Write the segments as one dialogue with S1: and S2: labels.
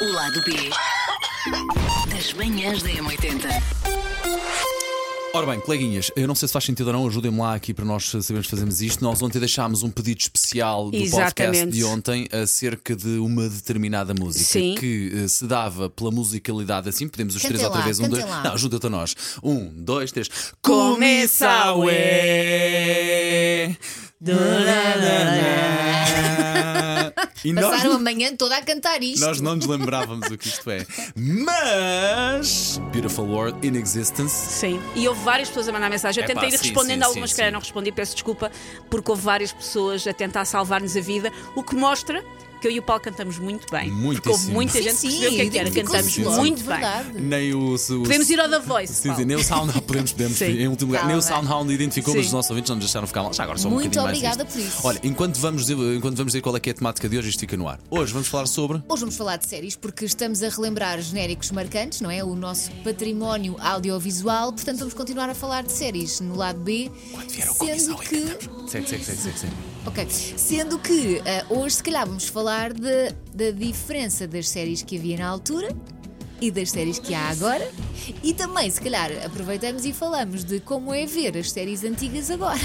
S1: O lado B das manhãs da M80.
S2: Ora bem, coleguinhas, eu não sei se faz sentido ou não, ajudem-me lá aqui para nós sabermos fazermos isto. Nós ontem deixámos um pedido especial do podcast
S3: Exatamente.
S2: de ontem acerca de uma determinada música
S3: Sim.
S2: que eh, se dava pela musicalidade assim, podemos os
S4: Cantem
S2: três outra
S4: lá,
S2: vez, um,
S4: cantem
S2: dois.
S4: lá.
S2: Não, junta-te a nós. Um, dois, três.
S3: Começa a
S2: ué. E nós,
S4: Passaram a manhã toda a cantar isto.
S2: nós não nos lembrávamos o que isto é. Mas. Beautiful World in Existence.
S3: Sim. E houve várias pessoas a mandar mensagem. Eu
S2: Epá,
S3: tentei ir
S2: sim,
S3: respondendo
S2: sim,
S3: a algumas
S2: sim,
S3: que calhar
S2: sim.
S3: não respondi, peço desculpa, porque houve várias pessoas a tentar salvar-nos a vida, o que mostra que eu e o Paulo cantamos muito bem. Porque houve
S2: Muitíssimo.
S3: muita
S2: Sim,
S3: gente que percebeu o que é que era. Cantamos
S2: logo,
S3: muito bem.
S4: verdade.
S2: Nem o, o
S3: Podemos ir ao The Voice.
S2: Sim,
S3: Paulo.
S2: sim, nem o Soundhound podemos, podemos
S3: Sim.
S2: em último lugar. Nem o
S4: Calma.
S2: Soundhound identificou, mas
S3: Sim.
S2: os nossos ouvintes não nos deixaram ficar lá. Já agora só um
S4: Muito
S2: bocadinho mais
S4: obrigada
S2: disto.
S4: por isso.
S2: Olha, enquanto vamos, dizer, enquanto vamos dizer qual é que é a temática de hoje, isto fica no ar. Hoje vamos falar sobre.
S4: Hoje vamos falar de séries porque estamos a relembrar genéricos marcantes, não é? O nosso património audiovisual, portanto vamos continuar a falar de séries no lado B.
S2: Vier ao
S4: Sendo
S2: comisão,
S4: que,
S2: entendemos. Segue, segue, segue, segue, segue.
S4: ok, sendo que ah, hoje se calhar vamos falar de- da diferença das séries que havia na altura e das séries que há agora e também se calhar aproveitamos e falamos de como é ver as séries antigas agora.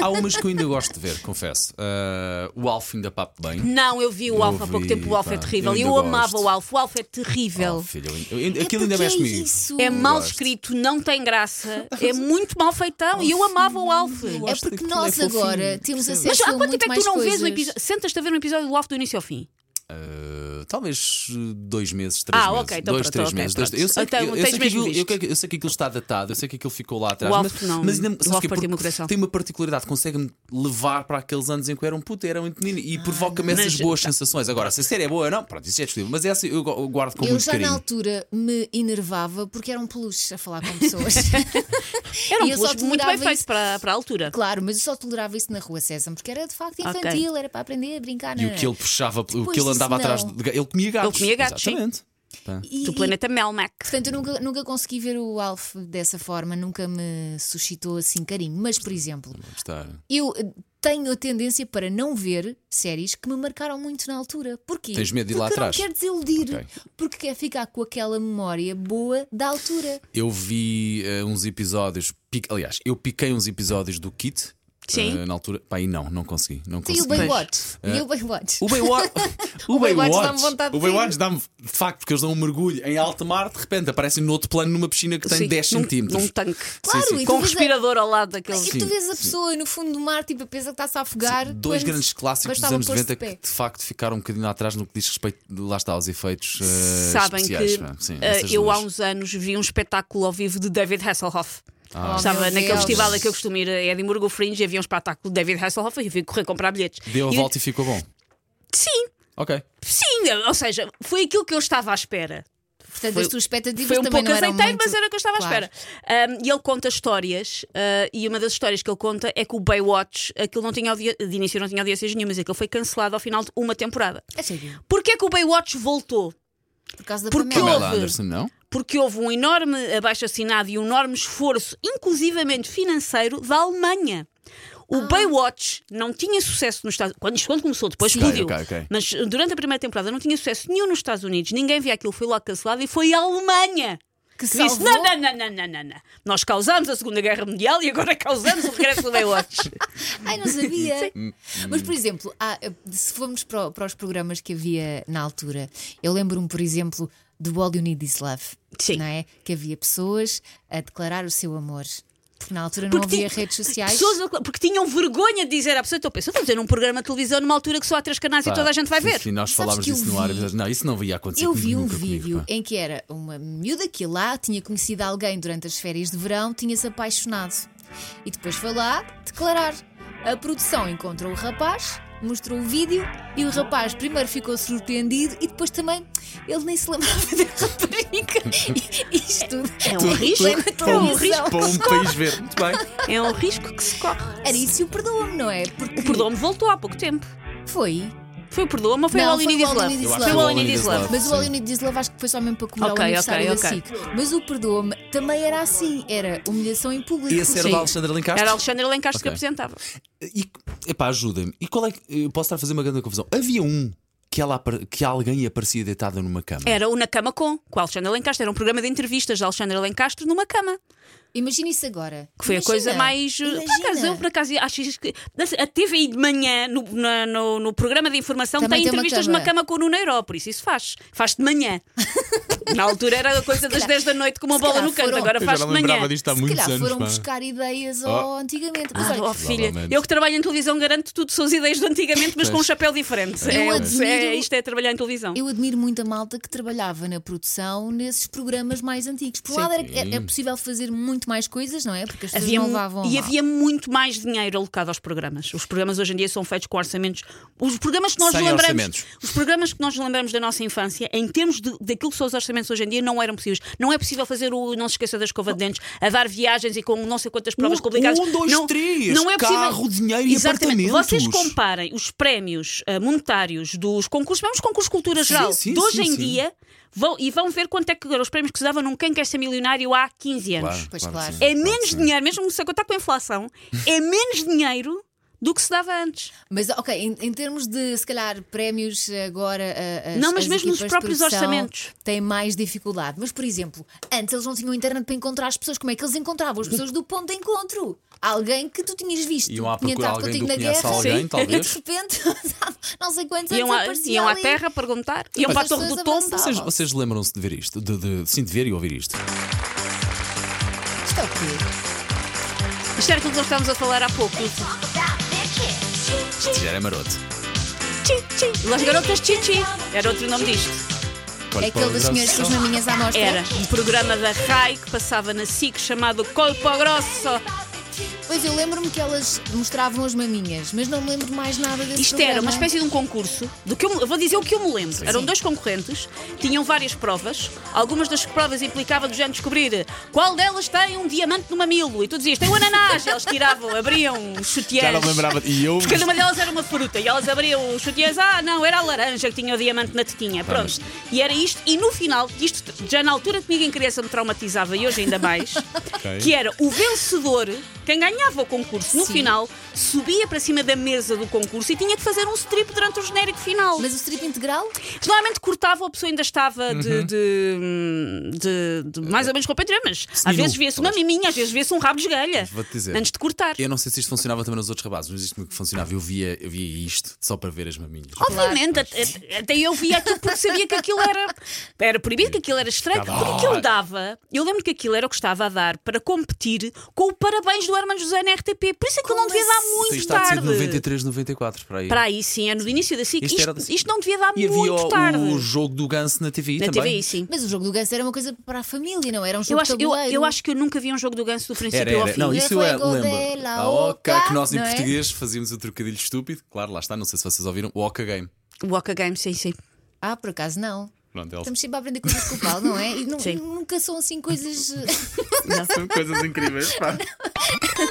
S2: Há umas que eu ainda gosto de ver, confesso. Ah, o Alf ainda papo bem.
S3: Não, eu vi o
S2: Eu
S3: Alfa há pouco
S2: vi,
S3: tempo. O Alfa é
S2: pá,
S3: terrível.
S2: eu
S3: E
S2: ainda
S3: eu amava
S2: gosto.
S3: o Alfa. O Alfa é terrível.
S2: Oh, filho, eu ainda- aquilo
S4: É
S2: ainda
S4: porque
S2: mexe
S4: é
S2: comigo.
S4: isso.
S3: É mal
S2: gosto.
S3: escrito, não tem graça, é muito mal feitão. E eu amava o Alf.
S4: É
S2: gosto
S4: porque
S2: daquilo, é
S4: nós
S2: fofinho.
S4: agora temos
S2: Percebes?
S3: Mas
S4: acesso
S3: há
S4: a
S3: quanto
S4: muito
S3: tempo é que
S4: mais
S3: tu não vês
S4: coisas.
S3: o episódio? Sentas-te a ver um episódio do Alf do início ao fim?
S2: Uh, talvez uh, dois meses, três
S3: Ah,
S2: meses.
S3: ok, então
S2: dois,
S3: pronto,
S2: três
S3: ok,
S2: meses.
S3: pronto.
S2: Dois- eu, sei
S3: Então,
S2: que, eu,
S3: tens
S2: sei que
S3: mesmo
S2: aquilo, eu,
S3: visto.
S2: que- eu sei que aquilo está datado, eu sei que aquilo ficou lá atrás.
S3: O
S2: mas,
S3: Alf não-
S2: mas ainda,
S3: o
S2: sabes
S3: Alf
S2: quê?
S3: partiu-me o
S2: Porque
S3: coração.
S2: tem uma particularidade, consegue-me levar para aqueles anos em que eu era um puto, era um menino e provoca-me essas
S3: Ah, mas- tá.
S2: boas sensações. Agora, se a série é boa ou não, pronto, isso é discutível. Mas essa eu go- eu guardo com
S4: Eu
S2: muito
S4: já na
S2: carinho.
S4: altura me enervava porque eram peluches a falar com pessoas.
S3: Era um
S4: E eu só
S3: peluche muito
S4: tolerava
S3: bem feito
S4: isso-
S3: para, para a altura.
S4: claro, mas eu só tolerava isso na rua César, porque era de facto infantil, era para aprender a brincar.
S2: E
S4: não
S2: o
S4: é?
S2: que ele puxava, o que
S4: Depois
S2: ele andava
S4: disso,
S2: atrás
S4: não.
S2: de. Ele comia gatos.
S3: Ele comia gatos, sim.
S2: Exatamente.
S4: E-
S3: Do
S4: e-
S3: planeta Melmac.
S4: Portanto, eu nunca, nunca consegui ver o Alf dessa forma, nunca me suscitou assim carinho. Mas, por exemplo,
S2: Está.
S4: eu eh, tenho a tendência para não ver séries que me marcaram muito na altura. Porquê?
S2: Tens medo de ir lá
S4: porque eu
S2: atrás.
S4: não quero desiludir,
S2: Ok.
S4: porque quero ficar com aquela memória boa da altura.
S2: Eu vi eh, uns episódios. pic- aliás, eu piquei uns episódios do Kit.
S3: Sim.
S2: eh, na altura. Pá, e não, não consegui. Não
S4: E o
S2: consegui.
S4: Baywatch? E o Baywatch?
S2: O Baywatch, o
S4: Baywatch
S2: Baywatch-
S4: dá-me vontade de
S2: o Baywatch dá-me, de facto, porque eles dão um mergulho em alta mar, de repente aparecem no outro plano numa piscina que tem
S3: Sim,
S2: 10
S3: num-
S2: centímetros.
S3: Num tanque.
S4: Claro,
S2: sim.
S4: e tu
S3: Com um
S4: vês a-
S3: respirador ao lado daquele.
S4: E tu vês a pessoa no fundo do mar, tipo, a pensar que está-se a afogar.
S2: Dois
S4: quando
S2: grandes clássicos dos
S4: bastava
S2: anos
S4: pôr-se
S2: 90 que de facto ficaram um bocadinho atrás no que diz respeito, lá está, aos efeitos eh,
S3: Sabem
S2: especiais.
S3: que
S2: pá. Sim,
S3: eh,
S2: essas
S3: eu
S2: duas.
S3: há uns anos vi um espetáculo ao vivo de David Hasselhoff.
S4: Oh,
S3: Estava
S4: meu
S3: naquele
S4: Deus.
S3: festival a que eu costumo ir a Edimburgo o Fringe e havia um espetáculo de David Hasselhoff e eu fui correr comprar bilhetes.
S2: Deu a
S3: E-
S2: volta e ficou bom.
S3: Sim,
S2: Ok.
S3: sim, ou seja, foi aquilo que eu estava à espera.
S4: Portanto,
S3: Foi-
S4: as tuas expectativas
S3: Foi um
S4: também
S3: pouco
S4: não eram
S3: azeiteiro,
S4: muito...
S3: mas era o que eu estava
S4: Claro.
S3: à espera. Um, e ele conta histórias, uh, e uma das histórias que ele conta é que o Baywatch, aquilo não tinha audi- de início não tinha audiências nenhumas, aquilo foi cancelado ao final de uma temporada.
S4: É sério,
S3: Porquê é que o Baywatch voltou?
S4: por causa da
S3: Porque
S4: Pamela.
S3: houve-
S2: Pamela Anderson, não?
S3: Porque houve um enorme abaixo-assinado e um enorme esforço, inclusivamente financeiro, da Alemanha.
S4: Ah.
S3: O Baywatch não tinha sucesso nos Estados Unidos. Quando, isto- quando começou, depois
S4: Sim.
S3: explodiu.
S2: Ok, ok, ok.
S3: Mas uh, durante a primeira temporada não tinha sucesso nenhum nos Estados Unidos. Ninguém via aquilo, foi logo cancelado e foi a Alemanha
S4: Que
S3: que disse:
S4: salvou...
S3: não, não, não, não, não, não, não. Nós causamos a Segunda Guerra Mundial e agora causamos o regresso do Baywatch.
S4: Ai, não sabia. mas, por exemplo, há- se formos para, o- para os programas que havia na altura, eu lembro-me, por exemplo, do All You Need Is Love.
S3: Sim.
S4: Não é? Que havia pessoas a declarar o seu amor. Porque na altura não
S3: Porque
S4: havia
S3: tinha-
S4: redes sociais.
S3: Pessoas da- porque tinham vergonha de dizer à pessoa: estou pensando, estou a fazer um programa de televisão numa altura que só há três canais e
S2: Pá,
S3: toda a gente vai
S2: sim,
S3: ver.
S2: sim, nós
S4: Sabes
S2: falámos
S4: que eu
S2: disso no ar.
S4: vi-
S2: mas Não, isso não ia
S3: é
S2: acontecer.
S4: Eu vi um
S2: nunca comigo,
S4: vídeo
S2: pá.
S4: em que era uma miúda que lá tinha conhecido alguém durante as férias de verão, tinha-se apaixonado. E depois foi lá declarar. A produção encontrou o rapaz, mostrou o vídeo e o rapaz primeiro ficou surpreendido e depois também ele nem se lembrava da rapariga. Isto tudo
S3: É um risco.
S4: plena
S3: É um
S4: televisão.
S3: risco.
S2: Para um país ver. Muito bem.
S3: É um risco que se corre.
S4: Era isso e o perdoa-me, não é? Porque
S3: O Perdomo voltou há pouco tempo.
S4: foi.
S3: Foi o Perdomo ou foi
S4: Não,
S3: o Aline
S4: foi
S3: Diz
S4: o All You
S3: Love?
S4: Need Is
S3: Foi o
S2: Love.
S3: All You Need Is Love.
S4: Mas
S2: Sim.
S4: o All You Need Is Love acho que foi só mesmo para comemorar
S3: Ok,
S4: o aniversário
S3: ok,
S4: da
S3: ok.
S4: SIC. Mas o perdoa-me também era assim, era humilhação em público.
S2: E esse era o
S3: Sim.
S2: da Alexandra Lencastre?
S3: Era Alexandre Lencastre que
S2: Ok.
S3: apresentava.
S2: E, epá, ajudem-me. E qual é que. Eu posso estar a fazer uma grande confusão. Havia um que, ela, apar- que alguém aparecia deitada numa cama?
S3: Era o Na Cama Com, com a Alexandra Lencastre. Era um programa de entrevistas de Alexandra Lencastre numa cama.
S4: Imagina isso agora.
S3: Que foi
S4: Imagina,
S3: a coisa mais. eh, Por acaso,
S4: imagina.
S3: eu por acaso acho que. A TVI de manhã, no, na- no, no programa de informação,
S4: Também
S3: tem
S4: tem uma
S3: entrevistas
S4: cama.
S3: numa cama com o Nuno Euro, por isso isso faz. Faz de manhã. na altura era a coisa das 10 da noite com uma
S4: se
S3: bola
S4: calhar
S3: no canto,
S4: foram-
S3: agora
S4: Eu
S5: Eu já
S3: faz de
S5: não
S3: manhã.
S5: lembrava disto há
S4: Se
S5: Tá muitos
S4: calhar
S5: anos.
S4: foram
S5: pá.
S4: buscar ideias
S5: Oh.
S4: ao antigamente. Mas
S3: Ah,
S4: olha,
S3: oh, filha,
S5: Provavelmente.
S3: eu que trabalho em televisão garanto tudo, são as ideias do antigamente, mas com um chapéu diferente.
S4: Eu
S3: É,
S4: admiro-
S3: é- isto é trabalhar em televisão.
S4: Eu admiro muito a malta que trabalhava na produção nesses programas mais antigos. Por um
S3: Sim.
S4: lado, era, era- é possível fazer muito mais coisas, não é? Porque as pessoas
S3: Havia
S4: não
S3: mu-
S4: levavam.
S3: e
S4: lá.
S3: havia muito mais dinheiro alocado aos programas. Os programas hoje em dia são feitos com orçamentos. Os programas que nós
S2: Sem
S3: lembramos,
S2: orçamentos.
S3: os programas que nós lembramos da nossa infância, em termos de, daquilo que são os orçamentos hoje em dia, não eram possíveis. Não é possível fazer o não se esqueça da escova de dentes, a dar viagens e com não sei quantas provas
S2: Um-
S3: complicadas.
S2: um, dois,
S3: não,
S2: três,
S3: não é possível.
S2: carro, dinheiro e
S3: Exatamente. Vocês
S2: apartamentos.
S3: comparem os prémios eh, monetários dos concursos, vamos concurso de cultura geral
S2: sim,
S3: de hoje
S2: sim,
S3: em
S2: sim.
S3: dia, vão, e vão ver quanto é que eram os prémios que se davam num Quem Quer Ser Milionário há 15 anos.
S4: Pois claro.
S2: que sim.
S3: É menos dinheiro, mesmo se eu contar com a inflação, é menos dinheiro do que se dava antes.
S4: Mas, ok, em, em termos de, se calhar, prémios agora. a- as-
S3: Não, mas
S4: as
S3: mesmo os
S4: equipas de
S3: próprios
S4: produção
S3: orçamentos.
S4: Têm mais dificuldade. Mas, por exemplo, antes eles não tinham internet para encontrar as pessoas. Como é que eles encontravam as pessoas do ponto de encontro? Alguém que tu tinhas visto.
S2: Iam à
S4: Tinha
S2: procura
S4: estado
S2: de alguém
S4: contigo
S2: que
S4: na
S2: conhece
S4: guerra.
S2: alguém,
S4: e
S2: talvez.
S4: de repente, não sei quantos anos
S3: Iam, à-
S4: aparecia
S3: iam à
S4: ali.
S3: terra perguntar, iam
S4: Mas
S3: para a
S4: as
S3: Torre do
S4: pessoas
S3: Tombo.
S4: avançavam.
S2: Vocês, vocês lembram-se de ver isto? De, de- sim, de ver e ouvir isto.
S4: Isto é o quê?
S3: Isto era aquilo que nós estávamos a falar há pouco.
S2: Isto já era maroto.
S3: Las Garotas Chichi, era outro nome disto.
S4: É aquele dos senhores com as maminhas à mostra.
S3: Era um programa da RAI que passava na SIC chamado Colpo Grosso.
S4: Pois eu lembro-me que elas mostravam as maminhas, mas não me lembro mais nada desse
S3: Isto era
S4: programa.
S3: uma espécie de um concurso. Do que eu, me- eu vou dizer o que eu me lembro. Eram dois concorrentes, tinham várias provas. Algumas das provas implicavam já descobrir qual delas tem um diamante no mamilo. E tu dizias, tem um ananás. Eles tiravam, abriam os sutiãs.
S5: Já não me lembrava. E eu.
S3: Porque cada uma delas era uma fruta e elas abriam os sutiãs. Ah, não, era a laranja que tinha o diamante na tetinha.
S5: Tá
S3: Pronto. E era isto. E no final, isto já na altura que ninguém criança me traumatizava e hoje ainda mais,
S5: Ok.
S3: que era o vencedor, quem ganhava o concurso no
S4: Sim.
S3: final, subia para cima da mesa do concurso e tinha que fazer um strip durante o genérico final.
S4: Mas o strip integral?
S3: Geralmente cortava ou a pessoa ainda estava de, de-
S2: Uhum.
S3: hum, de- de mais ou menos com o peito, mas às
S2: Seminu,
S3: vezes via-se uma
S2: talvez.
S3: miminha, às vezes via-se um rabo de esgalha.
S2: Vou-te dizer.
S3: Antes de cortar.
S2: Eu não sei se isto funcionava também nos outros rapazes, mas isto que funcionava. Eu via, eu via isto só para ver as maminhas.
S3: Oh, Obviamente, até- até eu via aquilo porque sabia que aquilo era, era proibido, que aquilo era estranho.
S5: Ficava-
S3: Porque aquilo dava, eu lembro que aquilo era o que estava a dar para competir com o parabéns do Herman José na RTP. Por isso é que eu não
S4: Como
S3: devia dar
S4: assim?
S2: Isto
S3: muito
S2: está a ser de
S3: tarde.
S2: 93, 94 para aí.
S3: Para aí, sim, é no início da SIC.
S2: Isto
S3: Isto,
S2: era da SIC.
S3: isto não devia dar
S2: E havia
S3: muito tarde.
S2: o, o jogo do ganso na TV
S3: na
S2: também.
S3: TV, sim.
S4: Mas o jogo do ganso era uma coisa para a família, não era um jogo
S3: Eu acho,
S4: de
S3: eu,
S4: tabuleiro.
S3: eu acho que eu nunca vi um jogo do ganso do princípio
S2: Era,
S3: ao
S2: era.
S3: fim.
S2: Não,
S4: E
S2: isso eu
S4: é foi
S2: era-
S4: gol
S2: lembro.
S4: dela,
S2: A Oca, que nós em
S4: não é?
S2: português fazíamos o trocadilho estúpido. Claro, lá está, não sei se vocês ouviram. O Oca Game.
S3: O Oca Game, sim, sim.
S4: Ah, por acaso não.
S5: Pronto, elas
S4: Estamos sempre a aprender coisas com o Paulo, não é? E nu-
S3: Sim.
S4: nunca são assim coisas.
S5: são coisas incríveis. pá.